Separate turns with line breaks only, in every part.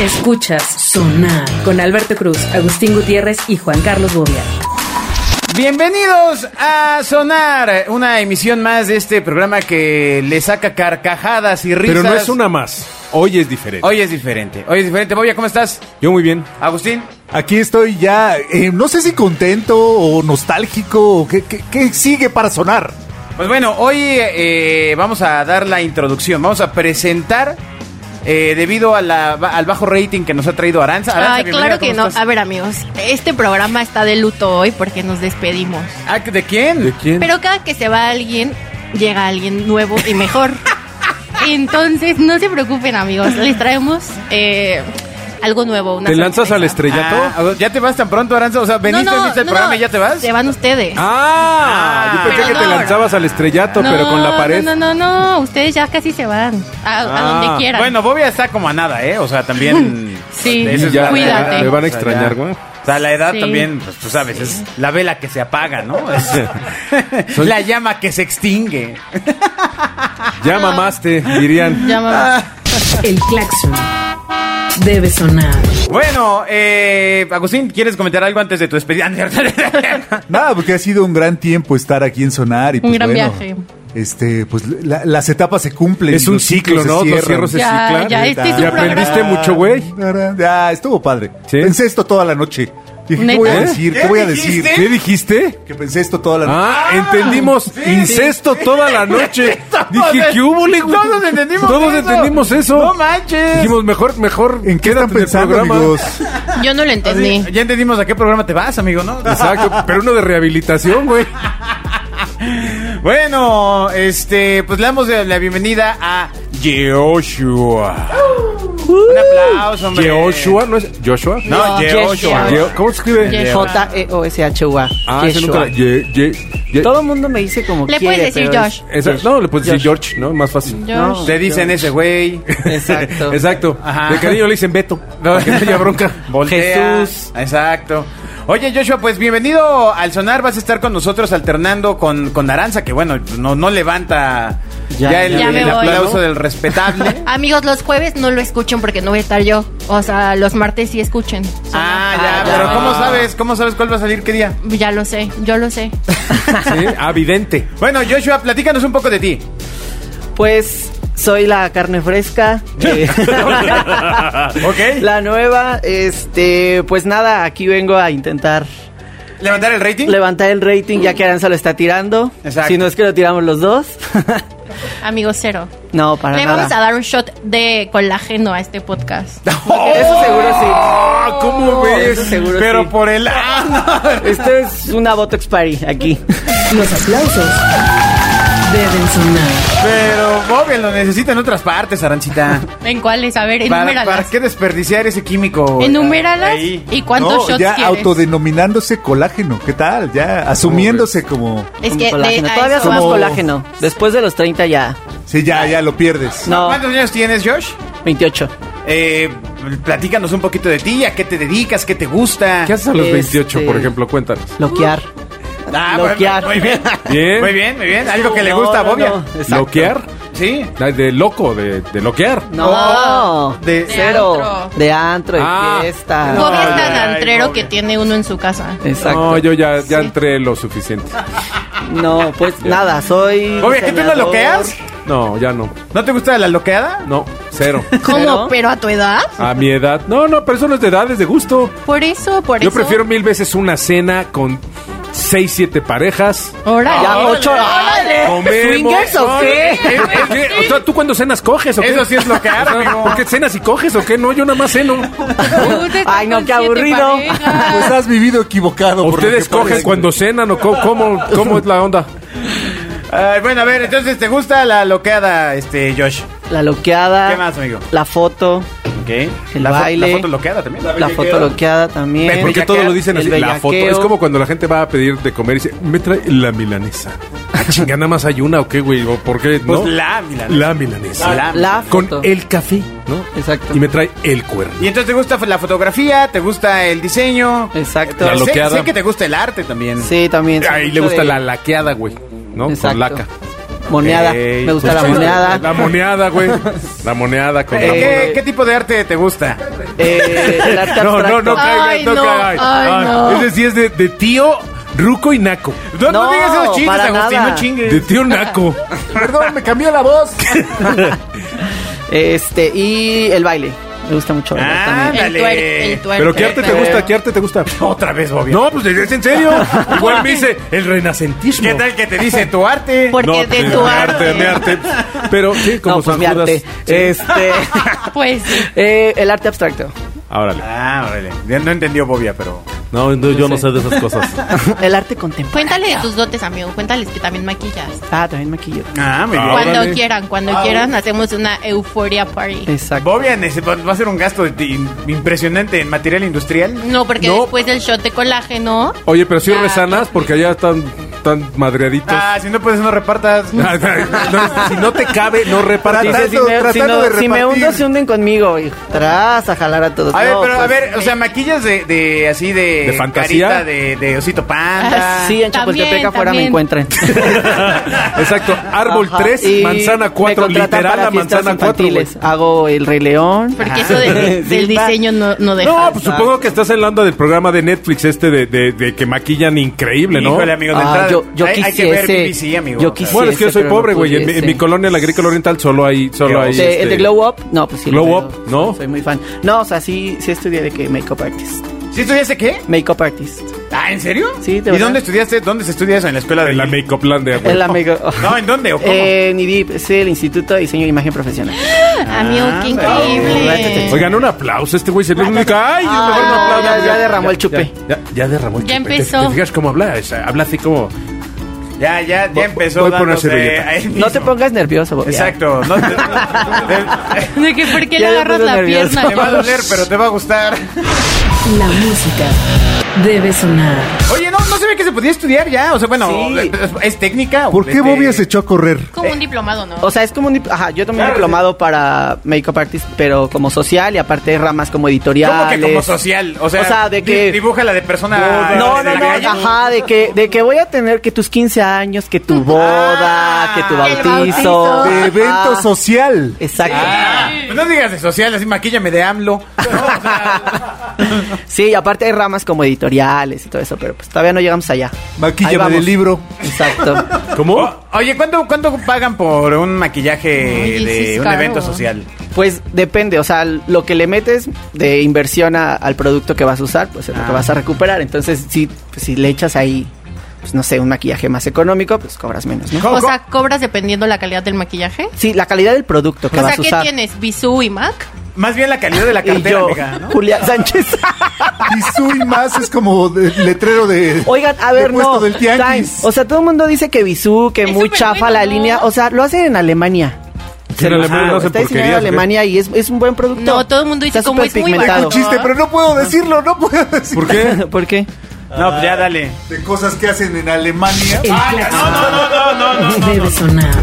Escuchas Sonar con Alberto Cruz, Agustín Gutiérrez y Juan Carlos Bobia.
Bienvenidos a Sonar, una emisión más de este programa que le saca carcajadas y risas.
Pero no es una más. Hoy es diferente.
Hoy es diferente. Hoy es diferente. Bobia, ¿cómo estás?
Yo muy bien.
Agustín.
Aquí estoy ya, eh, no sé si contento o nostálgico, o qué, qué- qué sigue para sonar.
Pues bueno, hoy eh, vamos a dar la introducción. Vamos a presentar, eh, debido a la- al bajo rating que nos ha traído Aranza. Aranza,
Ay,
bienvenida,
claro que
¿cómo
no.
estás?
A ver, amigos, este programa está de luto hoy porque nos despedimos.
Ah, ¿De quién?
¿De quién?
Pero cada que se va alguien, llega alguien nuevo y mejor. Entonces, no se preocupen, amigos. Les traemos eh, algo nuevo. Una
¿Te lanzas
sorpresa.
al estrellato?
Ah,
Ah,
¿Ya te vas tan pronto, Aranza? O sea,
No,
veniste,
no,
viste el
no,
programa
no,
y ya te vas.
Se van ustedes.
Ah,
Ah, yo pensé
Pero
que te
no.
lanzabas al estrellato,
No,
pero con la pared.
No, no, no, no, ustedes ya casi se van. A, a
Ah,
donde quieran.
Bueno, Bobia está como a nada, ¿eh? O sea, también.
Sí,
Esa es
Ya,
la
cuídate.
verdad.
Me van a
O sea,
extrañar,
ya.
güey.
O sea, la edad
Sí.
también, pues tú sabes, es la vela que se apaga, ¿no? Es la llama que se extingue.
Ya mamaste, dirían.
Ya, mamá.
El claxon debe sonar.
Bueno, eh, Agustín, ¿quieres comentar algo antes de tu despedida?
Nada, porque ha sido un gran tiempo estar aquí en sonar y
Un
pues,
gran
bueno,
viaje.
Este, pues la- las etapas se cumplen.
Es
y
un
los
ciclo,
ciclos
¿no?
se
Los cierros se
Ya,
ciclan.
ya, este es un
Ya aprendiste
programa.
mucho, güey.
Ya, estuvo padre.
¿Sí? ¿Eh?
Pensé esto toda la noche. Dije, ¿qué
¿Neta?
voy a decir? ¿Qué,
¿Qué
voy a decir?
dijiste?
¿Qué dijiste?
Que pensé esto toda la noche.
Ah, entendimos. Incesto toda la noche. Dije, ¿qué hubo, le, güey?
Todos entendimos
Todos
eso.
entendimos eso.
No manches.
Dijimos, mejor, mejor.
¿En qué están
quédate del
pensando,
programa.
amigos?
Yo no lo entendí.
Ya entendimos a qué programa te vas, amigo, ¿no?
Exacto, pero uno de rehabilitación, güey.
Bueno, este, pues le damos la bienvenida a.
Joshua. Uh.
Un aplauso, hombre.
Joshua, ¿no es Joshua?
No,
No,
Yehoshua.
Yeshua.
Yeo- ¿Cómo se escribe?
Yeshua.
E J-E-O-S-H-U-A.
Ah, ese
Yeshua.
nunca la- Ye- Ye- Ye-
Todo el mundo me dice como
Le
quiere,
puedes decir
pero
Josh.
Esa- no, le puedes decir George, ¿no? Más fácil.
Josh.
No.
Te dicen ese güey.
Oh, Exacto.
Exacto.
Ajá.
De cariño le dicen Beto. No, que no haya bronca.
Voltea.
Jesús.
Exacto. Oye, Joshua, pues bienvenido al Sonar. Vas a estar con nosotros alternando con, con Aranza, que bueno, no, no levanta ya,
Ya,
el,
ya me
el
voy.
aplauso del respetable.
Amigos, los jueves no lo escuchen porque no voy a estar yo. O sea, los martes sí escuchen.
ah,
Ah,
ya,
ya.
pero ¿cómo sabes? ¿Cómo sabes cuál va a salir qué día?
Ya lo sé, yo lo sé.
Sí, ah, avidente.
Bueno, Joshua, platícanos un poco de ti.
Pues soy la carne fresca. eh,
¿Ok?
la nueva, este, pues nada, aquí vengo a intentar
¿Levantar el rating? Mm.
levantar el rating ya que Aranza lo está tirando.
Exacto.
Si no es que lo tiramos los dos.
Amigos, cero.
no, para
Le
nada.
vamos a dar un shot de colágeno a este podcast.
Eso seguro sí.
Ah, ¿Cómo ves?
Eso seguro
pero
sí.
por el... Ah,
Esto es una Botox Party aquí.
Los aplausos deben
no.
sonar.
Pero Bobby lo necesita en otras partes, Arancita.
¿En cuáles? A ver,
¿Para,
enuméralas.
¿Para qué desperdiciar ese químico?
Enuméralas
Ahí.
y cuántos
no,
shots
ya
quieres.
autodenominándose colágeno. ¿Qué tal? Ya asumiéndose como...
Es que de,
Colágeno.
a
Todavía
eso
somos
vamos.
colágeno. Después de los 30 ya.
Sí, ya, ya lo pierdes.
No,
¿Cuántos años tienes, Josh?
28.
Eh, platícanos un poquito de ti, a qué te dedicas, qué te gusta.
¿Qué haces a los
Este-
28, por ejemplo? Cuéntanos.
Loquear.
Ah, bueno,
Loquear.
Muy bien.
Bien.
Muy bien, muy bien. Algo que le
No,
gusta a
no,
Bobia.
no, exacto.
¿Loquear?
Sí.
Ay, De loco, de, de loquear.
No,
Oh, de-
de,
De
cero.
antro.
De antro, de
Ah.
fiesta.
No,
Bobby es
ay,
tan
ay,
antrero
Bobby.
que tiene uno en su casa.
Exacto.
No, yo ya, ya entré lo suficiente.
No, pues nada, soy.
Bobia, ¿qué tú no
diseñador.
loqueas?
No, ya no.
¿No te gusta la loqueada?
No, cero.
¿Cómo?
¿Pero?
¿Pero a tu edad?
A mi edad. No, no, pero eso no es de edad, es de gusto.
Por eso, por
Yo
eso.
prefiero mil veces una cena con seis, siete parejas.
Órale.
Ya, ocho.
Comemos.
¿Swingers o qué?
Es- es que, o sea, ¿Tú cuando cenas coges o qué?
Eso sí es loquear,
O sea,
amigo.
¿Por qué cenas y coges o qué? No, yo nada más ceno.
Ustedes
Ay, no,
con
qué
siete
aburrido.
parejas.
Pues has vivido equivocado. por lo
¿Ustedes
que parece.
cogen cuando cenan o cómo, cómo, cómo es la onda?
Ay, Ah, bueno, a ver, entonces, ¿te gusta la loqueada, este, Josh?
La loqueada.
¿Qué más, amigo?
La foto.
Ok.
El
La, fo-
baile.
la foto loqueada también.
La foto loqueada también.
Porque todo lo dicen así.
El
La foto.
bellaqueo.
Es como cuando la gente va a pedir de comer y dice, me trae la milanesa. Ah, chinga, nada más hay una o qué, güey. ¿O ¿Por qué?
Pues
No.
la, mira.
La milanesa.
La-
La
Con
foto.
el café, ¿no?
Exacto.
Y me trae el cuerno.
Y entonces, ¿te gusta la fotografía? ¿Te gusta el diseño? Eh,
Exacto.
La
Sé-
loqueada.
Sé, que te gusta el arte también.
Sí, también. soy
Ahí le
mucho
gusta
de-
la laqueada, güey. ¿No?
Exacto.
Con laca.
Moneada.
Ok,
Me gusta
pues
la
chido.
moneada.
La moneada, güey. La moneada con
Eh,
la
¿qué, qué tipo de arte te gusta?
Eh, el arte
No, no, no
abstracto.
caiga,
Ay,
no,
no,
caiga.
ay,
Ah,
no.
Ese sí es de, de tío Ruco y Naco.
No, no
No,
digas esos chistes,
para
Agustín,
nada.
no chingues.
De tío Naco.
Perdón, me cambió la voz.
Este, y el baile. Me gusta mucho bailar
Ah,
también.
El
Ándale.
twerk, el twerk.
Pero ¿qué arte te
Eh,
gusta? ¿Qué arte te gusta?
Otra vez, Bobby.
No, pues es en serio. Igual me dice el renacentismo.
¿Qué tal que te dice tu arte?
Porque
No, pues,
de
mi
tu
arte, mi arte. Pero sí, como
no, pues
San
mi
Judas.
arte.
Sí.
Este,
Pues sí.
eh, el arte abstracto.
Ah, órale.
Ah, órale. Ya No entendió Bobia, pero.
No, no, yo no sé de esas cosas.
El arte contemporáneo.
Cuéntale de tus dotes, amigo. Cuéntales que también maquillas.
Ah, también maquillo.
Ah, muy
Ah,
bien.
bueno.
Cuando
Órale.
quieran, cuando
Ah,
quieran, hacemos una euforia party.
Exacto.
Bobia nece- va va a ser un gasto de- de- impresionante en material industrial.
No, porque
No.
después del shot de colágeno.
Oye, pero sí
Ah,
resanas porque allá están tan madreaditos.
Ah, si no puedes, no repartas.
No, si no te cabe, no repartas.
Tratando-
si, me, si,
tratando
no-
de
si me
repartir.
hundo, se hunden conmigo. Y tras a jalar a todos.
A ver,
No,
pero a
pues,
ver, o sea, maquillas de, de así de.
¿De fantasía?
carita de, de osito panda.
ah, Sí, en
También,
Chapultepec afuera
también.
me encuentren.
Exacto, árbol
Ajá.
3,
Y
manzana
me
4,
contratan
literal
para
la
fiestas
manzana 4.
infantiles. Hago el Rey León. Ah,
Porque eso de- de-
Sí,
del
va.
diseño no, no deja.
No, pues supongo que estás en la onda del programa de Netflix este de, de- de que maquillan increíble, ¿no?
Híjole, amigo, de
Ah,
entrada.
yo- yo
hay, hay que ver
quisiese-
BBC, amigo.
yo
o sea.
quisiese-
Bueno, es que yo soy
pero no
pobre, güey. en, mi- en
pudiese.
mi colonia, en la agrícola oriental, solo hay... Solo hay
¿El de, el
este,
de Glow Up? No, pues sí. lo
Glow
veo.
Up, ¿no?
Soy muy fan. No, o sea, sí, sí estudié de que Makeup Artist.
¿Sí estudiaste qué?
Makeup Artist.
Ah, ¿en serio?
Sí, de
¿Y
verdad.
dónde estudiaste? ¿Dónde se estudia eso? En la escuela de
En la
México.
Meicoplanda, güey.
El amigo.
No, ¿en dónde o cómo?
Eh, NIDIP, es el Instituto de Diseño e Imagen Profesional.
Amigo,
ah,
qué
Rátate.
increíble.
Oigan, un aplauso. Este güey se le única. ¡Ay!
Ah,
mejor no
ya,
aplaudan,
ya derramó el chupe.
Ya, ya derramó el
Ya
chupe. ¿Te-
empezó.
¿Te, fijas cómo habla? O sea, habla así como.
Ya, ya, ya
Voy-
empezó
voy por una
dándose
servilleta.
a él mismo.
No te pongas nervioso, Bobia.
Exacto. No te, te-
De que por qué le
Ya me
agarras
puse
la
nervioso.
pierna.
te va a doler, pero te va a gustar.
La música debe sonar.
Oye, no, no se ve que se podía estudiar ya. O sea, bueno,
Sí.
¿es, es técnica?
¿Por qué
Este-
Bobia se echó a correr?
Como un diplomado, ¿no?
O sea, es como un... dip- Ajá, yo tomé
Claro,
un diplomado para Makeup Artist, pero como social y aparte ramas como editoriales.
¿Cómo que como social? O sea,
O sea,
di-
de que-
dibuja la de persona.
No,
de
no,
la
no,
calle.
ajá, de que, de que voy a tener que tus 15 años, que tu boda,
Ah,
que tu
el
bautizo.
bautizo.
De evento
Ajá,
social.
Exacto.
Ah, pues no digas de social, así maquíllame de AMLO. No, o sea,
Sí, y aparte hay ramas como editoriales y todo eso, pero pues todavía no llegamos allá. Ahí
Maquíllame
vamos.
de libro.
Exacto.
¿Cómo?
o- oye, ¿cuánto, ¿cuánto pagan por un maquillaje
Oye, sí
de
es
un
caro.
evento social?
Pues depende, o sea, lo que le metes de inversión a- al producto que vas a usar, pues
Ah.
es lo que vas a recuperar. Entonces, si, pues, si le echas ahí, pues no sé, un maquillaje más económico, pues cobras menos, ¿no?
O sea, cobras dependiendo la calidad del maquillaje.
Sí, la calidad del producto que
O sea,
vas a
¿qué
usar.
tienes? ¿Bisú y Mac?
Más bien la calidad de la
Y
cartera,
yo,
amiga, ¿no?
Julián Sánchez.
Y Sui más es como de- letrero de.
Oigan, a
de
ver,
puesto
no.
del tianguis.
Time. O sea, todo el mundo dice que Bisú, que
Es
muy
súper
chafa
bueno,
la
¿no?
línea. O sea, lo hacen en Alemania.
Sí, en
los
Alemania
juro,
no hacen
Está diseñado en
porquerías, ¿qué?
Alemania y es, es un buen producto.
No, todo el mundo dice
Está
como es muy
Es
superpigmentado.
un chiste, pero no puedo decirlo, no puedo decirlo.
¿Por qué?
¿Por qué?
No, pues ya dale.
De cosas que hacen en Alemania.
Eh,
El clásico debe sonar.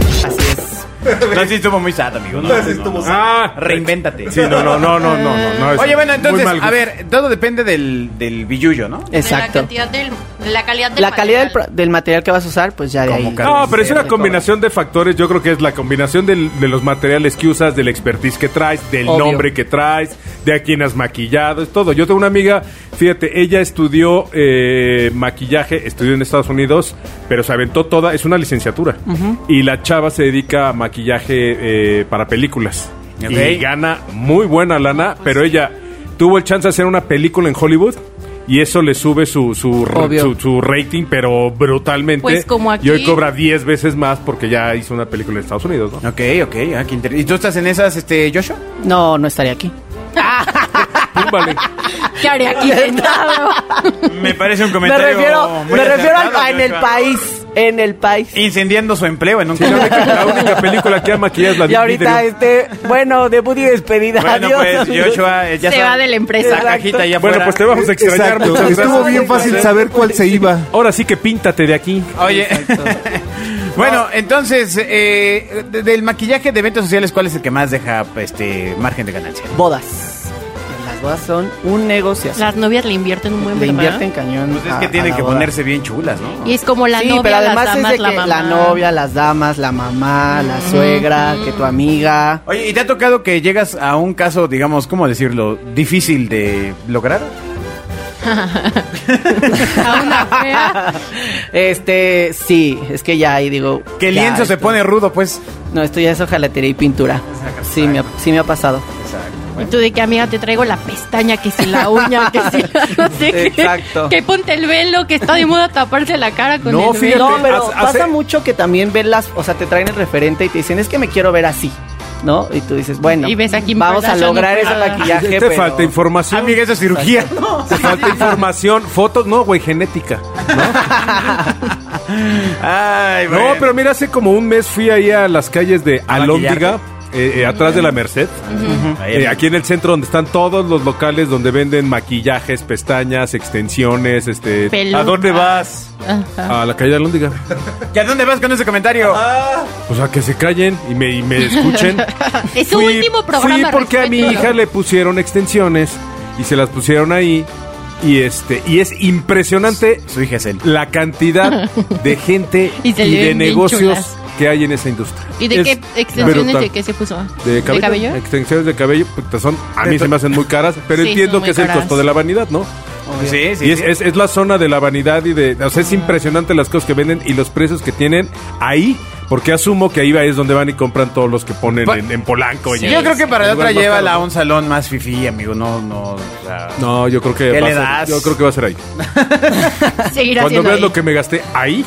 No, sí estuvo muy sad, amigo. No,
Entonces
no,
estuvo
no.
sad.
Ah,
Reinvéntate.
Sí, no, no, no, no, no. no, no, es
Oye, bueno,
muy
entonces,
mal gusto.
a ver, todo depende del, del billullo, ¿no?
De la
Exacto.
cantidad del... de la calidad del
La calidad del, pro-
material.
del material que vas a usar, pues ya de
Como
ahí.
cada-
No, pero es una
de todo.
combinación de factores. Yo creo que es la combinación del- de los materiales que usas, del expertise que traes, del
Obvio.
nombre que traes, de a quién has maquillado, es todo. Yo tengo una amiga, fíjate, ella estudió eh, maquillaje, estudió en Estados Unidos, pero se aventó toda, es una licenciatura. Y la chava se dedica a maquillaje eh, para películas.
Ok.
Y gana muy buena
Ah,
lana,
pues
pero ella tuvo el chance de hacer una película en Hollywood. Y eso le sube su, su,
Obvio.
su, su rating, pero brutalmente.
Pues como aquí.
Y hoy cobra 10 veces más porque ya hizo una película en Estados Unidos, ¿no?
Ok, ok. ah, qué inter- ¿Y tú estás en esas, este, Joshua?
No, no estaría aquí.
Mm,
Túmbale.
¿Qué haré aquí sentado?
Me parece un
Me
comentario.
refiero,
muy
me refiero al-
acertado,
a- en el
Joshua.
país. En el país.
Incendiando su empleo en un
Sí, la, única, la única película que ha maquillado es la
Y
de
ahorita,
Video.
este, bueno, debut y despedida.
Bueno,
adiós.
pues, Joshua, eh, ya
Se
sabe-
va de la empresa.
La cajita ya
Bueno, pues te vamos a extrañar.
Exacto.
muchas gracias.
Estuvo bien fácil saber cuál se iba.
Ahora sí que píntate de aquí.
Oye. bueno, entonces, eh, de- del maquillaje de eventos sociales, ¿cuál es el que más deja este margen de ganancia?
Bodas. Las bodas son un negocio.
Las novias le invierten un buen
Le
¿verdad?
invierten cañón.
Pues es
a-
que
Ah, a
tienen
la
que
boda.
ponerse bien chulas, ¿no?
Y es como la
sí,
novia,
pero además
las damas,
es de que
la, mamá.
la,
Mm.
novia, las damas, la mamá, la suegra, que tu amiga.
Oye, ¿y te ha tocado que llegas a un caso, digamos, ¿cómo decirlo? Difícil de lograr.
A una fea.
Este, sí, es que ya ahí digo.
Que el
ya,
lienzo se
esto-
pone rudo, pues.
No, esto ya es hojalatería y pintura. Sí me, ha- sí me ha pasado.
Y tú de que, amiga, te traigo la pestaña, que si la uña, que si la no sé qué.
Exacto.
Que ponte el velo, que está de moda taparse la cara con
No,
el
fíjate,
velo.
No, pero
hace- hace-
pasa mucho que también ven las, o sea, te traen el referente y te dicen, es que me quiero ver así, ¿no? Y tú dices, bueno,
Y ves a Kim
vamos a
Kardashian
lograr ese
operada.
maquillaje.
Ah, Te
pero-
falta información.
Amiga, eso es cirugía.
Te falta información. Fotos, no, güey, genética.
Ay,
No, pero mira, hace como un mes fui ahí a las calles de Alóndiga, eh, eh, atrás de la Merced. Eh, aquí en el centro donde están todos los locales donde venden maquillajes, pestañas, extensiones, este...
Pelucas.
¿A dónde vas? A la calle de Alóndiga.
¿Y a dónde vas con ese comentario?
O sea, pues, que se callen y me, y me escuchen.
Es su último programa,
Fui porque a mi
respétenlo.
hija le pusieron extensiones y se las pusieron ahí. Y este y es impresionante
Su hija es él.
la cantidad de gente y,
Y se le ven
de
bien
negocios
chulas.
que hay en esa industria.
¿Y de
Es
qué extensiones
brutal.
de qué se puso?
De cabello, Extensiones de cabello, puta, son, a mí se me hacen muy caras, pero
Sí,
entiendo
son muy
que es el
caras.
costo de la vanidad, ¿no?
Sí,
y es, es- es la zona de la vanidad y de... O sea, es impresionante las cosas que venden y los precios que tienen ahí, porque asumo que ahí va- es donde van y compran todos los que ponen
Pues-
en, en Polanco. y
Sí.
en-
Yo creo que para
en
la otra
lugares más
llévala a
caros.
un salón más fifí, amigo. No, no. o sea,
No, yo creo que,
¿Qué
va a
le
ser-
das?
yo creo que va a ser ahí.
Seguir
Cuando
haciendo
veas
ahí.
lo que me gasté ahí,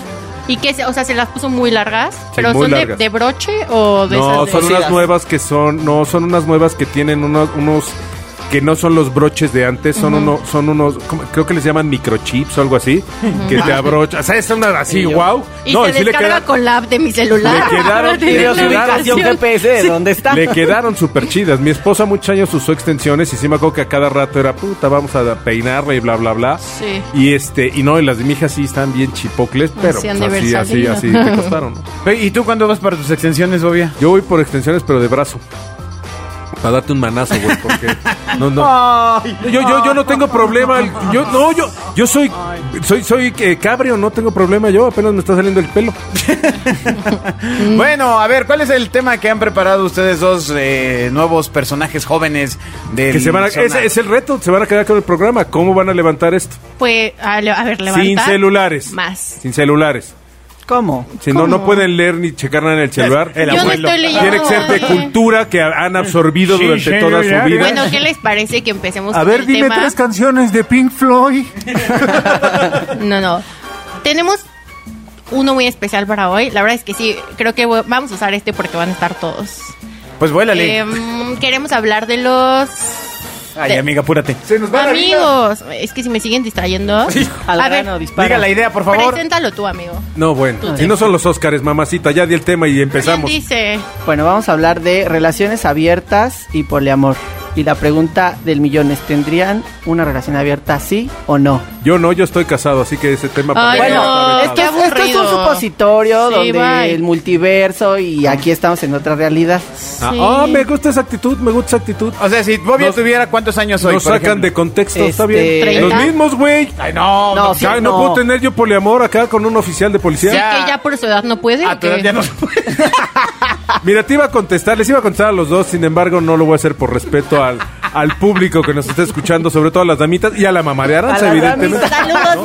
¿Y qué? se- O sea, ¿se las puso muy largas? ¿Pero
muy
son de-
largas.
De, broche o de
No,
esas de-
son unas
cosidas.
nuevas que son, no, son unas nuevas que tienen unos, unos que no son los broches de antes, son unos, son unos, ¿cómo? creo que les llaman microchips o algo así, que te abrocha, o sea, es una así, wow.
Y
No,
se
y sí le,
descarga
queda-
con la app de mi celular.
Le quedaron-
De
le
la
Pero
quedaron-
su ubicación
aplicación.
GPS, ¿de dónde está?
le quedaron súper chidas. Mi esposa muchos años usó extensiones y sí me acuerdo que a cada rato era puta, vamos a peinarla y bla bla bla.
Sí.
Y este, y no, y las de mi hija sí están bien chipocles, pero
Así han
pues,
de
así,
haber
así,
salido.
así te costaron. ¿no?
Ve, ¿Y tú cuándo vas para tus extensiones, Bobia?
Yo voy por extensiones, pero de brazo. Para darte un manazo, güey, porque... No, no. Yo, yo, yo no tengo problema. Yo, no, yo, yo soy, soy, soy eh, cabrio, no tengo problema. Yo apenas me está saliendo el pelo.
Mm.
Bueno, a ver, ¿cuál es el tema que han preparado ustedes dos eh, nuevos personajes jóvenes de
Que se van a- ese es el reto, se van a quedar con el programa. ¿Cómo van a levantar esto?
Pues, a, le- a ver, levanta.
Sin celulares.
Más.
Sin celulares.
¿Cómo?
Si no, no pueden leer ni checar nada en el celular.
el Yo
no abuelo. estoy leyendo
Tiene que ser de
nada.
cultura que han absorbido
Sí,
durante toda su
señora.
vida.
Bueno, ¿qué les parece que empecemos
A
con
ver,
el
dime
tema?
tres canciones de Pink Floyd.
No, no. Tenemos uno muy especial para hoy. La verdad es que sí, creo que voy- vamos a usar este porque van a estar todos.
Pues vuélale.
Eh,
Em, queremos hablar de los
Ay, amiga, apúrate.
Se nos va
amigos. Es que si me siguen distrayendo.
Al
a
grano,
ver,
dispara.
Diga la idea, por favor.
preséntalo tú, amigo.
No, bueno. Si no son los Óscares, mamacita, ya di el tema y empezamos.
¿Quién dice?
Bueno, vamos a hablar de relaciones abiertas y poliamor. Y la pregunta del millón es, ¿tendrían una relación abierta sí o no?
Yo no, yo estoy casado, así que ese tema...
Ay,
para mí
no,
está
es
vedado.
que-
Esto es- esto es un
aburrido.
supositorio
Sí,
donde
bye.
el multiverso y aquí estamos en otra realidad.
Ah,
Sí.
ah, me gusta esa actitud, me gusta esa actitud.
O sea, si Bobia
Nos-
tuviera cuántos años hoy,
Nos
por
sacan
ejemplo?
de contexto, está bien.
Este-
Los
30.
mismos, güey.
Ay, no,
No,
no.
sí,
Ya, no.
no.
puedo tener yo poliamor acá con un oficial de policía.
¿Sí
Ya.
que ya por su edad no puede.
A
o
tu
qué?
edad ya no.
Pues,
Mira, te iba a contestar, les iba a contestar a los dos, sin embargo, no lo voy a hacer por respeto al, al público que nos está escuchando, sobre todo a las damitas y a la mamá de Aranza,
A las
evidentemente.
Saludos,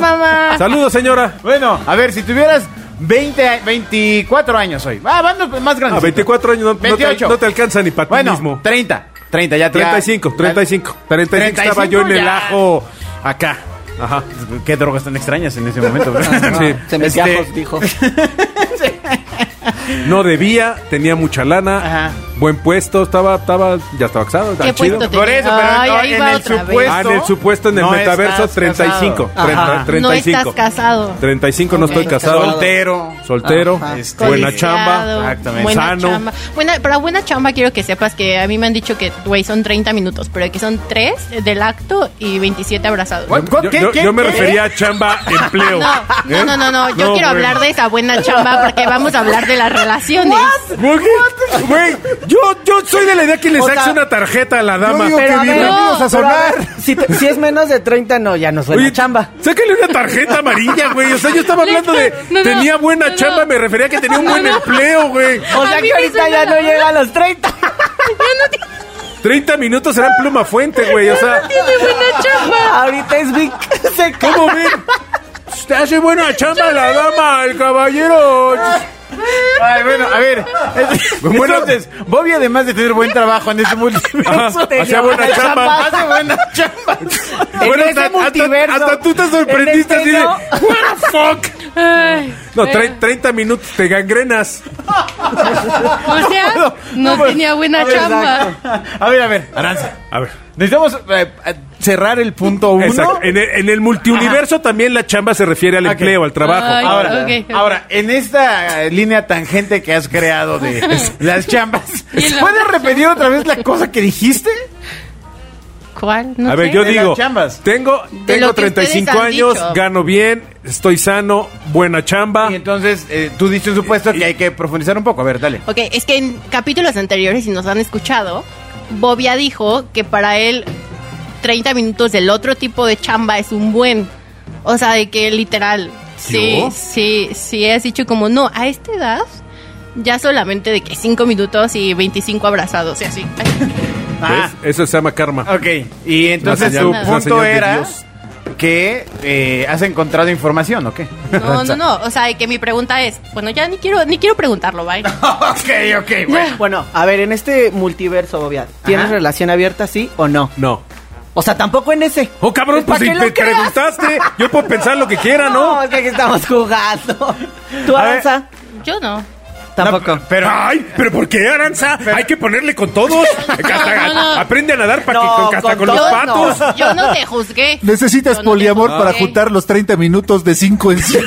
mamá.
Saludos, señora.
Bueno, a ver, si tuvieras 20, a- 24 años hoy. Ah, vamos más
A
grande.
24 años no, no te-
28.
no te alcanza ni para ti
Bueno,
mismo.
30. 30, ya te-
35, 35. 35 estaba
35
yo en el
ya.
ajo acá. Ajá.
Qué drogas tan extrañas en ese momento,
Ah, sí.
Se me
Este-
viajos, dijo.
No debía, tenía mucha lana,
Ajá.
buen puesto, estaba, estaba, ya estaba casado, estaba
¿Qué
chido.
puesto
Por eso, pero
Ay,
no,
ahí
en
va
el
otra vez.
supuesto.
Ah, en el supuesto, en el
No
metaverso,
estás
35.
casado.
treinta-
Ajá.
35.
No estás casado.
35, no
Ok.
estoy casado.
Soltero.
Soltero,
Ajá.
Este,
buena
Codiciado,
chamba,
Exactamente.
Buena
sano.
chamba. Buena, para buena chamba quiero que sepas que a mí me han dicho que, güey, son 30 minutos, pero que son 3 del acto y 27 abrazados.
What?
Yo,
¿Qué-
yo-
qué-
yo me
qué?
refería a chamba, empleo. ¿eh?
No, no, no, no, yo quiero
No, güey.
hablar de esa buena chamba porque vamos a hablar de las relaciones.
Güey, Güey, Yo, yo soy de la idea que le
O
saques
sea,
una tarjeta a la
Yo
dama.
digo
Pero
que
a ver,
bienvenidos
no,
a
pero
sonar.
ver, si, te- si es menos de 30, no, ya no suena
Oye,
chamba.
Sácale una tarjeta amarilla, güey. O sea, yo estaba hablando de.
No, no,
tenía buena
no,
chamba,
no.
me refería a que tenía un buen empleo, güey.
O
A
sea
mí
que
me
ahorita
suena
ya
la
no
verdad.
llega a los 30.
30 minutos serán pluma fuente, güey. O sea,
Tiene buena chamba.
Ahorita es Vic. Se ca-
¿cómo ven? Te hace buena chamba la dama, el caballero.
Ay, bueno, a ver. es-
Bueno.
Entonces, Bobby, además de tener buen trabajo en ese multiverso,
tenía
hacía buena chamba.
hace buena chamba.
En ese multiverso.
hasta tú te sorprendiste
En
así
este
de.
no.
¿What the fuck?
Ay,
No,
eh,
tre- 30 minutos te gangrenas.
O sea, no, tenía buena chamba.
A ver, a ver, Aranza.
A ver.
Necesitamos eh, eh, cerrar el punto uno.
Exacto. En el, en el multiuniverso también la chamba se refiere al
Ah, Ok.
empleo, al trabajo.
Ay,
Ahora,
ok, ok.
ahora, en esta eh, línea tangente que has creado de las chambas,
Y la-
¿puedes repetir otra vez la cosa que dijiste?
¿Cuál? No
a ver,
sé.
yo
De las
digo,
chambas.
tengo,
De
tengo
lo que ustedes
35
han
años,
dicho.
gano bien, estoy sano, buena chamba.
Y entonces eh, tú diste un supuesto que hay que profundizar un poco. A ver, dale.
Ok, es que en capítulos anteriores, si nos han escuchado, Bobia dijo que para él 30 minutos del otro tipo de chamba es un buen. O sea, de que literal. Sí,
¿Yo?
sí, sí, has dicho como no, a esta edad ya solamente de que 5 minutos y 25 abrazados y así.
Ah,
¿Ves? Eso se llama karma.
ok. Y entonces
señal-
tu
una
punto
señal de
era
Dios.
que eh, has encontrado información, ¿o qué?
No, no, no, o sea, de que mi pregunta es, bueno, ya ni quiero ni quiero preguntarlo, bye.
ok, ok, bueno.
Bueno, a ver, en este multiverso, Bobia, ¿tienes
Ajá.
relación abierta, sí o no?
No.
O sea, tampoco en ese.
Oh, cabrón, pues
¿Para
si
qué
te
lo creas?
preguntaste, yo puedo pensar lo que quiera, ¿no?
es que aquí estamos jugando. ¿Tú,
A ver.
Aranza?
Yo no.
Tampoco.
Pero, ay, pero ¿por qué, Aranza? Hay que ponerle con todos. Hasta-
no, no.
Aprende a nadar para
No,
que hasta con, los
con
yo
patos.
no, yo no te juzgué.
Necesitas
Yo no te
poliamor para
juzgué.
juntar los 30 minutos de 5 en 5.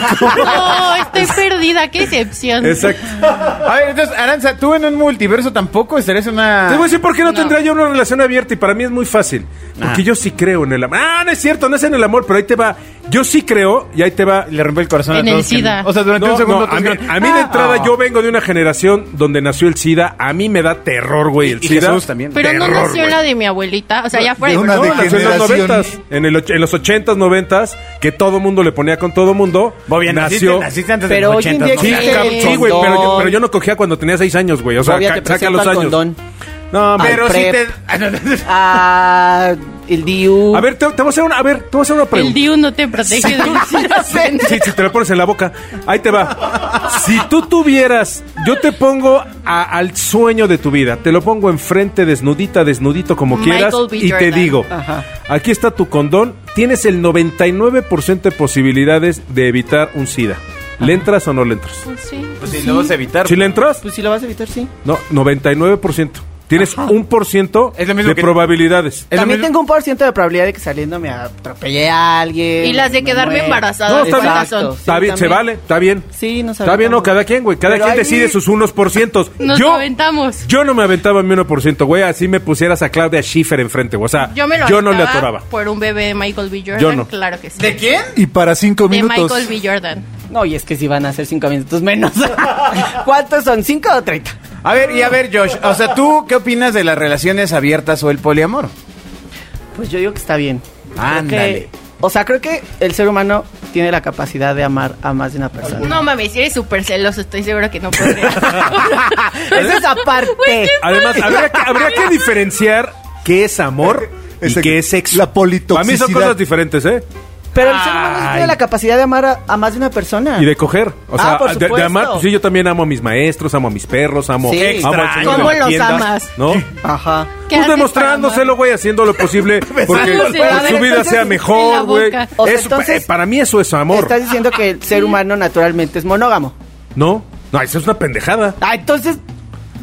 No, estoy perdida, qué excepción.
Exacto.
A ver, entonces, Aranza, tú en un multiverso tampoco estarías en una.
Te voy a decir por qué no,
No.
tendría yo una relación abierta y para mí es muy fácil.
Ah.
Porque yo sí creo en el amor. Ah, no es cierto, no es en el amor, pero ahí te va. Yo sí creo y ahí te va.
Le rompe el corazón
En
a
el
todos. que
SIDA.
no- O sea, durante
No,
un segundo.
no, a mí,
todos-
a mí de
Ah,
entrada
ah.
yo vengo de una generación donde nació el SIDA. A mí me da terror, güey, el
Y- y
SIDA.
Jesús también.
Pero no
Terror,
nació
güey.
la de mi abuelita, o sea, ya fuera
de una
No,
de
nació en los
generación.
noventas. En, el och- en los ochentas, noventas, que todo mundo le ponía con todo mundo.
Bobby,
nació.
naciste, naciste antes
Pero
de los
hoy en
80,
día
¿no?
Sí,
existe-
cab-
Eh,
sí, güey, pero yo,
condón.
pero yo no cogía cuando tenía seis años, güey. O sea,
Bobia,
ca-
te
saca
presento
los
al
años.
condón.
No,
Al
pero.
Pero si
prep.
te. Ah, no, no, no.
Ah, el Diu.
A ver, te, te voy a hacer una, a ver, te voy a hacer una
El
pregunta.
DIU no te protege del SIDA.
Sí, si te lo pones en la boca. Ahí te va. Si tú tuvieras, yo te pongo a- al sueño de tu vida. Te lo pongo enfrente, desnudita, desnudito, como
Michael
quieras.
B.
Y te
Jordan.
digo,
Ajá.
aquí está tu condón. Tienes el 99% de posibilidades de evitar un SIDA. ¿Le entras o no le entras?
Sí.
Pues si lo vas a evitar.
¿Si le entras?
Pues si lo vas a evitar, sí.
No, 99%. Tienes un por ciento
Es lo mismo
de
que-
probabilidades.
Es lo
También
mismo-
tengo un por ciento de probabilidad de que saliendo me atropelle a alguien.
Y las de
me
quedarme
muera.
embarazada,
No, está
¿cuántas
bien.
son?
Está bien, se
también.
vale, está bien.
Sí, no sabemos.
Está bien, no, cada quien, güey. Cada
Pero
quien
ahí-
decide sus unos por cientos.
Nos
Yo,
aventamos.
Yo no me aventaba mi 1%, güey. Así me pusieras a Claudia Schiffer enfrente, güey. O sea,
Yo me lo
no le
aventaba
atoraba.
Por un bebé de Michael B. Jordan.
Yo no.
Claro que sí.
¿De quién?
Y para 5
De
minutos.
Michael B. Jordan.
No, y es que si van a ser cinco minutos menos. ¿Cuántos son? ¿Cinco o treinta?
A ver, y a ver, Josh. O sea, ¿tú qué opinas de las relaciones abiertas o el poliamor?
Pues yo digo que está bien. Creo
Ándale.
que- O sea, creo que el ser humano tiene la capacidad de amar a más de una persona.
No mames, si eres súper celoso, estoy seguro que no podría.
Eso es aparte.
Además, habría que, habría que diferenciar qué es amor y
Ese-
qué es sexo.
la politoxicidad.
Para mí son cosas diferentes, ¿eh?
Pero el ser humano sí
Ay.
tiene la capacidad de amar a, a más de una persona.
Y de coger. O
Ah,
sea,
por
de, de
supuesto.
amar, pues sí, yo también amo a mis maestros, amo a mis perros, amo,
Sí.
amo al señor
¿Cómo
de la
los
tienda,
amas?
¿No?
Ajá.
¿Qué
Pues
haces
demostrándolo,
para amar?
güey, haciendo lo posible porque
Besándolo.
para
A ver,
su vida
entonces,
sea
en la
mejor, güey.
boca.
O sea,
Eso,
entonces-
eh, para mí eso es amor.
Estás diciendo que el ser humano naturalmente es monógamo.
¿No? No, eso es una pendejada.
Ah, entonces.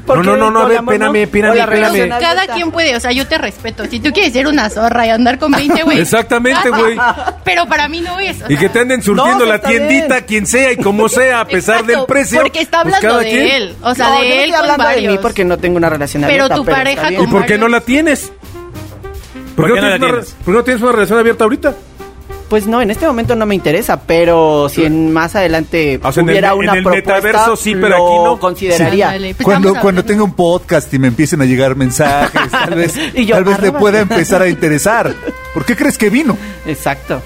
No, no, no, no, a ver, espérame, espérame, espérame.
Pero Cada quien puede, o sea, yo te respeto. Si tú quieres ser una zorra y andar con 20, güey.
Exactamente, güey.
Pero para mí no es. o
Y que
sea.
te anden surtiendo
No,
la
está
tiendita,
bien.
quien sea y como sea, a pesar
Exacto,
del precio.
Porque está
pues,
hablando de
cada quien.
él. O sea,
No, yo no
de él
estoy
con
hablando
varios.
de mí porque no tengo una relación
Pero
abierta,
tu
está
pareja
bien.
¿Y por qué
Mario.
no la tienes? ¿Por qué, no, tienes
la
una,
tienes?
re- por qué no tienes una relación abierta ahorita?
pues no, en este momento no me interesa, pero si en más adelante
O sea, en el
hubiera
me- en
una
el
propuesta,
metaverso sí, pero
lo
aquí no.
consideraría.
Ándale, pues
Cuando,
estamos
cuando
hablando-
tenga un podcast y me empiecen a llegar mensajes, tal vez,
Y yo,
tal vez le
arroba.
pueda empezar a interesar. ¿Por qué crees que vino?
Exacto.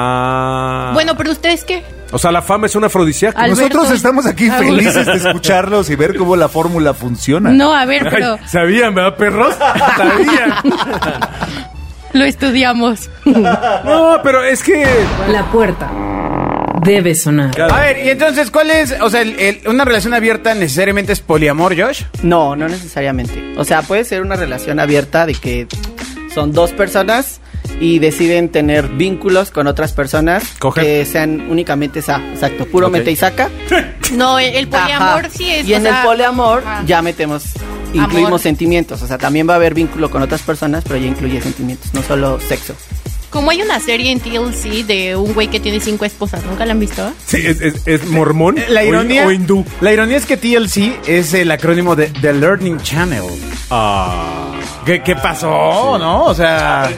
Ah.
Bueno, pero ustedes qué?
O sea, la fama es un afrodisíaco.
Alberto.
Nosotros estamos aquí
Raúl.
felices de escucharlos y ver cómo la fórmula funciona.
No, a ver,
Ay,
pero
Sabían, ¿verdad, perros? Sabían.
lo estudiamos.
No, pero es que.
La puerta debe sonar.
A ver, y entonces, ¿cuál es? O sea, el- el- una relación abierta necesariamente es poliamor, Josh.
No, no necesariamente. O sea, puede ser una relación abierta de que son dos personas y deciden tener vínculos con otras personas
Coger.
que sean únicamente sa, exacto, puro
Ok.
mete y saca.
No, el, el poliamor
Ajá.
sí es.
Y
o
en
sea,
el poliamor
ajá.
ya metemos
Amor.
incluimos sentimientos, o sea, también va a haber vínculo con otras personas, pero ya incluye sentimientos, no solo sexo.
Como hay una serie en TLC de un güey que tiene cinco esposas, ¿nunca la han visto?
Sí, es, es- es mormón.
La
o-
ironía,
O, hindú.
la ironía es que TLC es el acrónimo de The Learning Channel.
Ah.
¿Qué, qué pasó, no? O sea,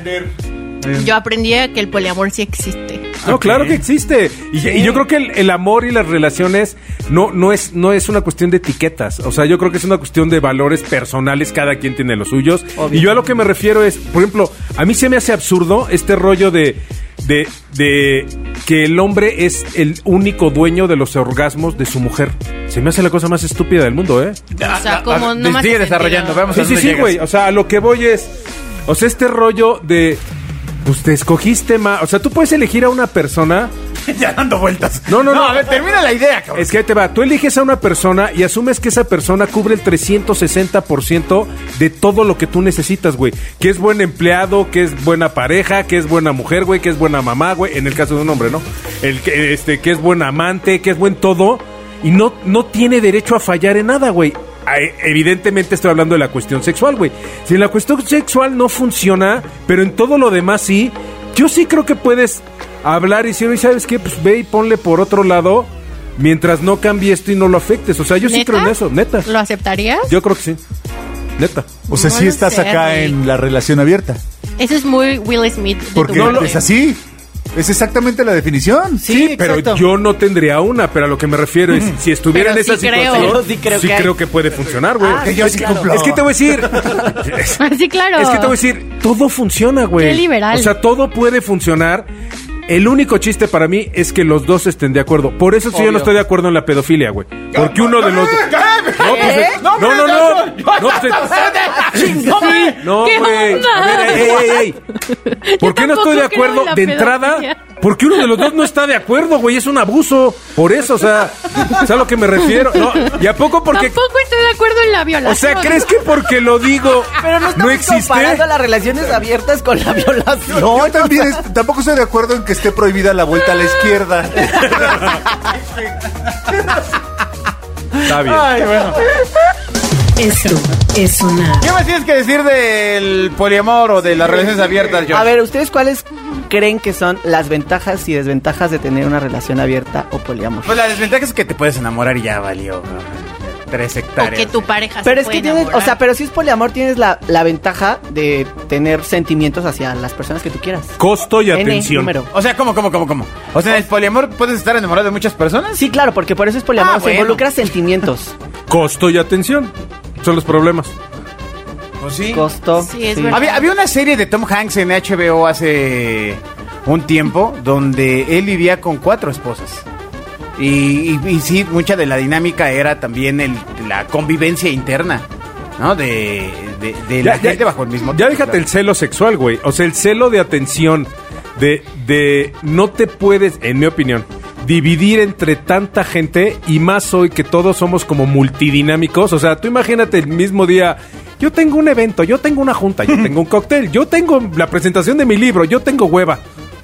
Yo aprendí a que el poliamor sí existe.
No,
Ok.
claro que existe. Y, y yo creo que el, el amor y las relaciones no, no, es, no es una cuestión de etiquetas. O sea, yo creo que es una cuestión de valores personales. Cada quien tiene los suyos.
Obvio.
Y yo a lo que me refiero es, por ejemplo, a mí se me hace absurdo este rollo de. De, de que el hombre es el único dueño de los orgasmos de su mujer. Se me hace la cosa más estúpida del mundo, ¿eh?
O sea,
Ah,
como
ah,
no más
sigue
hace
desarrollando,
sentido.
vamos a
Sí, sí,
dónde
sí,
llegas.
güey. O sea, a lo que voy es. O sea, este rollo de. Pues te escogiste más. O sea, tú puedes elegir a una persona.
ya dando vueltas.
No, no, no.
a ver, termina la idea, cabrón.
Es que ahí te va. Tú eliges a una persona y asumes que esa persona cubre el 360% de todo lo que tú necesitas, güey. Que es buen empleado, que es buena pareja, que es buena mujer, güey, que es buena mamá, güey. En el caso de un hombre, ¿no? El que, este, que es buen amante, que es buen todo. Y no, no tiene derecho a fallar en nada, güey. Ay, Evidentemente estoy hablando de la cuestión sexual, güey. Si en la cuestión sexual no funciona, pero en todo lo demás sí, yo sí creo que puedes hablar y decir, "Oye, ¿sabes qué? Pues ve y ponle por otro lado mientras no cambie esto y no lo afectes. O sea, yo sí
¿Neta?
creo en eso, neta.
Mm.
¿Lo aceptarías?
Yo creo que sí. Neta.
O sea,
No
sí
lo
estás
sé,
acá
Rick.
en la relación abierta.
Eso es muy Will Smith. de
Porque
tu parte.
es así. Es exactamente la definición.
Sí,
pero
exacto.
yo no tendría una, pero a lo que me refiero es si estuviera
Pero
en esa
sí creo.
situación,
Yo sí creo que hay.
puede funcionar, güey.
Ah,
Que yo sí cumplo.
Es que te voy a decir,
Sí, claro.
Es que te voy a decir, todo funciona, güey.
Qué liberal.
O sea, todo puede funcionar. El único chiste para mí es que los dos estén de acuerdo. Por eso es que yo no
Obvio.
estoy de acuerdo en la pedofilia, güey. Porque uno de los... No, pues, no, no, no. No, pues, no,
¿Qué
güey.
onda?
A ver, ey, ey, ey. ¿Por
Yo
qué no
tampoco
estoy
creo
de
en
acuerdo
la
de entrada?
pedofilia.
Porque uno de los dos no está de acuerdo, güey. Es un abuso. Por eso, o sea, ¿sabes a lo que me refiero? No, ¿Y a poco porque...
Tampoco estoy de acuerdo en la
O
violación.
sea, ¿crees que porque lo digo
Pero no
no,
estamos
existe?
comparando las relaciones abiertas con la violación.
No, yo también es- tampoco estoy de acuerdo en que esté prohibida la vuelta a la izquierda.
Está bien.
Ay, bueno.
Esto es sonar.
¿Qué más tienes que decir del poliamor o de las relaciones abiertas, Josh?
A ver, ¿ustedes cuáles creen que son las ventajas y desventajas de tener una relación abierta o poliamor?
Pues la desventaja es que te puedes enamorar y ya valió. ¿no? Tres
O
hectáreas.
que tu pareja
Pero
se
es que
puede
tienes, o
enamorar.
sea, pero si es poliamor tienes la, la ventaja de tener sentimientos hacia las personas que tú quieras.
Costo y
N
atención.
número.
O sea, ¿cómo, cómo, cómo, cómo? O sea, ¿en el poliamor puedes estar enamorado de muchas personas?
Sí, claro, porque por eso es poliamor,
Ah,
se
bueno.
involucra sentimientos.
Costo y atención. Son los problemas.
Pues sí.
Costo.
Sí, es verdad.
Había, había una serie de Tom Hanks en HBO hace un tiempo donde él vivía con cuatro esposas. Y, y- y sí, mucha de la dinámica era también el- la convivencia interna, ¿no? De, de- de la gente bajo el mismo
Ya déjate el celo sexual, güey. O sea, el celo de atención. De, de no te puedes, en mi opinión, dividir entre tanta gente y más hoy que todos somos como multidinámicos. O sea, tú imagínate el mismo día. Yo tengo un evento, yo tengo una junta, yo tengo un cóctel, yo tengo la presentación de mi libro, yo tengo hueva.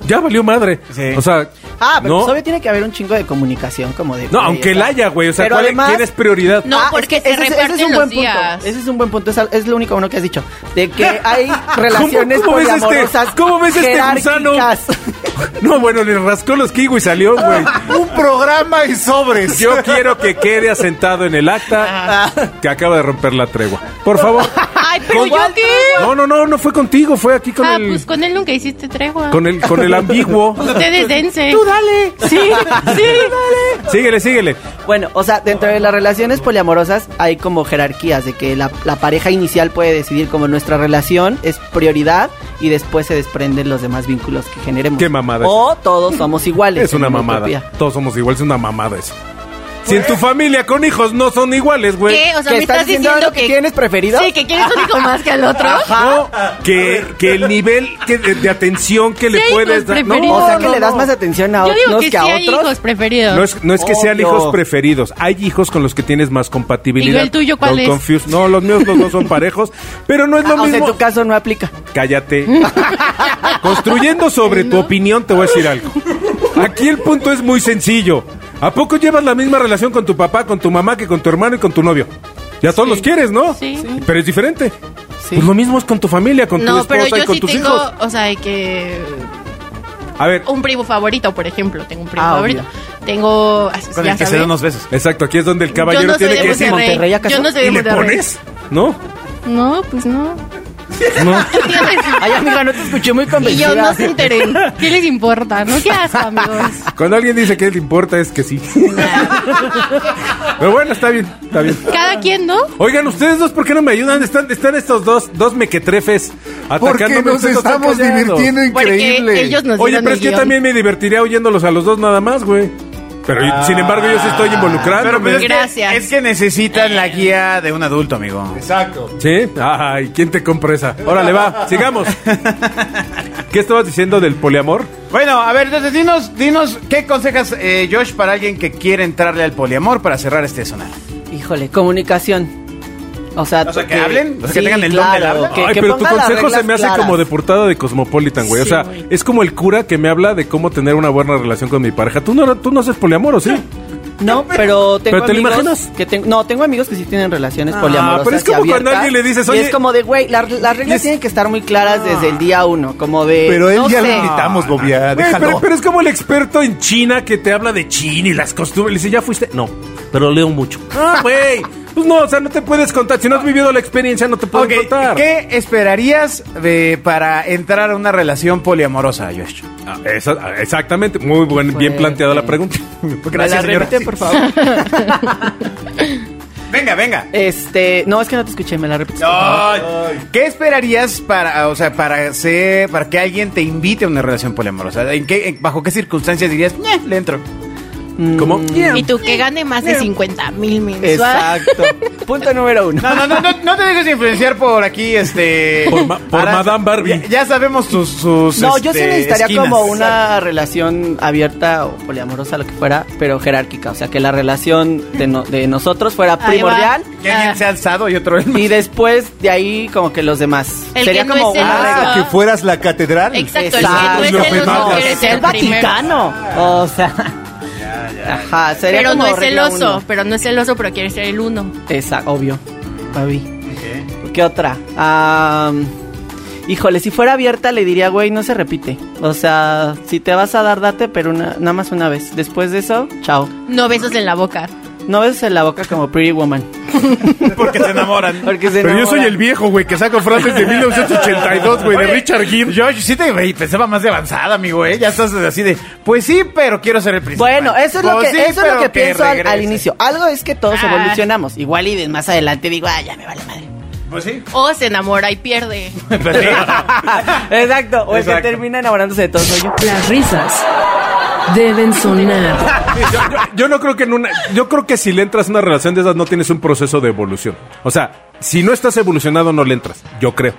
Ya valió madre.
Sí.
O sea,
Ah, pero
¿no?
pues, obvio tiene que haber un chingo de comunicación como de...
No, aunque la haya, güey. O sea,
Pero
¿cuál,
además- Ah,
¿quién es prioridad?
No, porque se reparten
un
los
buen
días.
punto. Ese es un buen punto. Es, al- es lo único bueno que has dicho. De que hay relaciones
cómo ves este-
poliamorosas
cómo ves este gusano?
jerárquicas.
No, bueno, le rascó los kiwis y salió, güey.
Un programa y sobres.
Yo quiero que quede asentado en el acta que acaba de romper la tregua. Por favor.
Ay, ¿Pero yo qué?
No, no, no, no fue contigo, fue aquí con
Ah,
el.
pues con él nunca hiciste tregua.
Con el, con el ambiguo.
Ustedes dense.
dale.
Sí, sí.
síguele, síguele.
Bueno, o sea, dentro de las relaciones poliamorosas hay como jerarquías de que la, la pareja inicial puede decidir como nuestra relación es prioridad y después se desprenden los demás vínculos que generemos.
Qué mamada es
O todos somos iguales.
Es una
en una
mamada.
utopía.
Todos somos iguales, es una mamada eso. Si en tu familia con hijos no son iguales, güey.
Pues ¿Qué? O sea,
¿Que
me estás diciendo,
que, tienes preferido?
Sí, que quieres un hijo más que al otro.
No, que, que el nivel que de, de atención que le
Sí,
puedes
hijos
dar. No,
preferidos.
o sea, que
no,
le das
no.
más atención a
Yo digo
unos
que,
que, a
sí hay
otros.
hijos preferidos.
No es, no es que sean
Obvio.
hijos preferidos, hay hijos con los que tienes más compatibilidad.
¿Y el tuyo cuál
Don't
es?
confuse. No, los míos los dos son parejos, pero no es lo
Ah, o sea, en
mismo.
tu caso no aplica.
Cállate. Construyendo sobre tu opinión, te voy a decir algo. Aquí el punto es muy sencillo. ¿A poco llevas la misma relación con tu papá, con tu mamá, que con tu hermano y con tu novio? Ya todos los quieres, ¿no?
Sí. Sí.
Pero es diferente.
Sí.
Pues lo mismo es con tu familia, con tu
no,
esposa
pero yo
y con
sí
tus
tengo,
hijos.
o sea, de que
A ver,
un primo favorito, por ejemplo, tengo un primo
Ah,
favorito. Tengo ah,
Con
ya
el que se
saben.
da unos besos.
exacto, aquí es donde el
Yo
caballero
no soy
tiene
de
que decir.
Monterrey.
Monterrey, ¿acaso?
Yo no soy de
¿Y le
Monterrey.
pones? ¿No?
No, pues no.
No.
¿Tú tienes?
Ay, amiga, no te escuché muy
y
convencida.
yo no se enteren. ¿Qué les importa? No qué asco, amigos.
Cuando alguien dice que le importa es que sí. Pero bueno, está bien, está bien.
Cada quien, ¿no?
Oigan, ustedes dos, ¿por qué no me ayudan? Están, están estos dos, dos mequetrefes atacándome.
Porque nos
Ustedes están
estamos
callados.
divirtiendo
Porque
increíble.
ellos nos
Oye,
dieron
pero
el
es que yo
guión.
también me divertiría oyéndolos a los dos nada más, güey. Pero yo-
Ah.
sin embargo, yo sí estoy involucrado.
Pero, pues, es que-
Gracias.
Es que necesitan la guía de un adulto, amigo.
Exacto.
¿Sí? Ay, ¿quién te compra esa? Órale, va, sigamos. ¿Qué estabas diciendo del poliamor?
Bueno, a ver, entonces dinos, dinos qué consejas, eh, Josh, para alguien que quiere entrarle al poliamor para cerrar este sonar.
Híjole, comunicación. O sea,
O sea, que
que-
hablen, o sea, que
sí,
tengan el don del
claro,
habla.
que-
Ay,
que
pero tu
pongan las
consejo se
reglas
me hace
claras.
como de portada de Cosmopolitan, güey. o
Sí,
sea,
güey.
es como el cura que me habla de cómo tener una buena relación con mi pareja. Tú no, tú no haces poliamor, ¿o sí?
No, pero tengo
¿Pero te lo
amigos
imaginas? Ah,
que ten- no, tengo amigos que sí tienen relaciones poliamorosas.
pero es
y
como cuando
abiertas,
alguien le dices,
y
"Oye".
es como de, güey, la- las reglas
es- Ah.
tienen que estar muy claras desde el día uno, como de.
Pero él
no
ya
sé.
lo invitamos, Bobia.
Güey,
Déjalo.
pero, pero es como el experto en China que te habla de China y las costumbres. Le dice, ¿ya fuiste? No, pero leo mucho. Ah, güey. Pues no, o sea, no te puedes contar. Si no has vivido la experiencia, no te puedo
Ok,
contar.
¿Qué esperarías de- para entrar a una relación poliamorosa, Josh?
Ah, esa- exactamente. Muy buen, bien
Fuerte.
planteada la pregunta.
¿Me la repiten, por favor?
Venga, venga.
Este, no, es que no te escuché, me la repites. por favor.
Ay. ¿Qué esperarías para, o sea, para ser, para que alguien te invite a una relación poliamorosa? ¿En qué, en- bajo qué circunstancias dirías, "Ñe, le entro?
Mm,
¿Cómo?
Y tú que gane más de 50 mil mensuales.
Exacto. Punto número uno.
No, no, no, no, no te dejes influenciar por aquí, este.
Por ma- por Madame Barbie.
Ya, ya sabemos sus. sus,
No, yo sí
este,
necesitaría
esquinas.
como una relación abierta o poliamorosa, lo que fuera, pero jerárquica. O sea, que la relación de, no- de nosotros fuera
Ahí va.
primordial
Que alguien se ha alzado y otro.
y después de ahí como que los demás.
El
Sería
que no
como
es el
una
otro.
regla.
Ah, que fueras la catedral.
Exacto,
Exacto.
el que tú
Los
eres celoso
demás.
eres
el
el primero.
Vaticano. O sea. Ajá, sería
Pero
como
no es
regla
celoso,
uno.
pero no es celoso, pero quiere ser el uno.
Esa, obvio. Babi. ¿Qué otra? Am, híjole, si fuera abierta le diría, güey, no se repite. O sea, si te vas a dar, date, pero una- nada más una vez. Después de eso, chao.
No besos en la boca.
No beses en la boca como Pretty Woman.
Porque se enamoran.
Porque se
Pero yo soy
enamoran.
el viejo, güey, que saco frases de 1982, güey, de
Oye,
Richard Gere.
Josh, sí te güey, pensaba más de avanzada, amigo, ¿eh? Ya estás así de. Pues sí, pero quiero ser el principal.
Bueno, eso es lo
Pues
que,
sí,
eso es
pero
lo que pienso al- al,
regrese.
inicio. Algo es que todos
Ah.
evolucionamos. Igual y de más adelante digo, ah, ya me vale madre.
Pues sí.
O se enamora y pierde.
Pues sí.
Exacto. O el que
Exacto.
termina enamorándose de todos soy yo.
Las risas deben sonar.
Yo, yo- yo no creo que en una. Yo creo que si le entras a una relación de esas, no tienes un proceso de evolución. O sea, si no estás evolucionado, no le entras. Yo creo.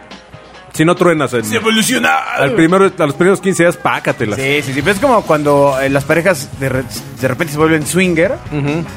Si no truenas. en-
evoluciona.
al primero, a los primeros 15 días, pácatelas.
Sí, sí, sí. Pero es como cuando eh, las parejas de, re- de repente se vuelven swinger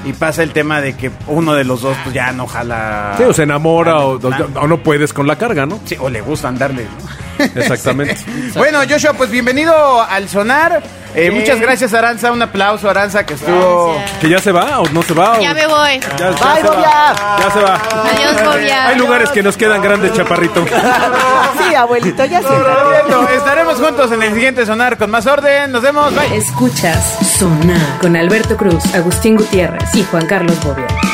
y pasa el tema de que uno de los dos pues ya no jala.
Sí, o se enamora o,
Ah,
o- o no puedes con la carga, ¿no?
Sí, o le gusta andarle. ¿no?
Exactamente.
Bueno, Joshua, pues bienvenido al sonar. Eh, Muchas gracias, Aranza. Un aplauso, Aranza, que estuvo.
Gracias.
¿Que ya se va o no se va? o-
Ya me voy.
Ya- ya
Bye,
se va.
Bobia.
Ya se va.
Adiós, Bobia.
Hay lugares que nos quedan grandes, chaparrito.
Sí, abuelito, ya sé.
Bueno, Estaremos juntos en el siguiente sonar con más orden. Nos vemos. Bye.
Escuchas Sonar con Alberto Cruz, Agustín Gutiérrez y Juan Carlos Bobia.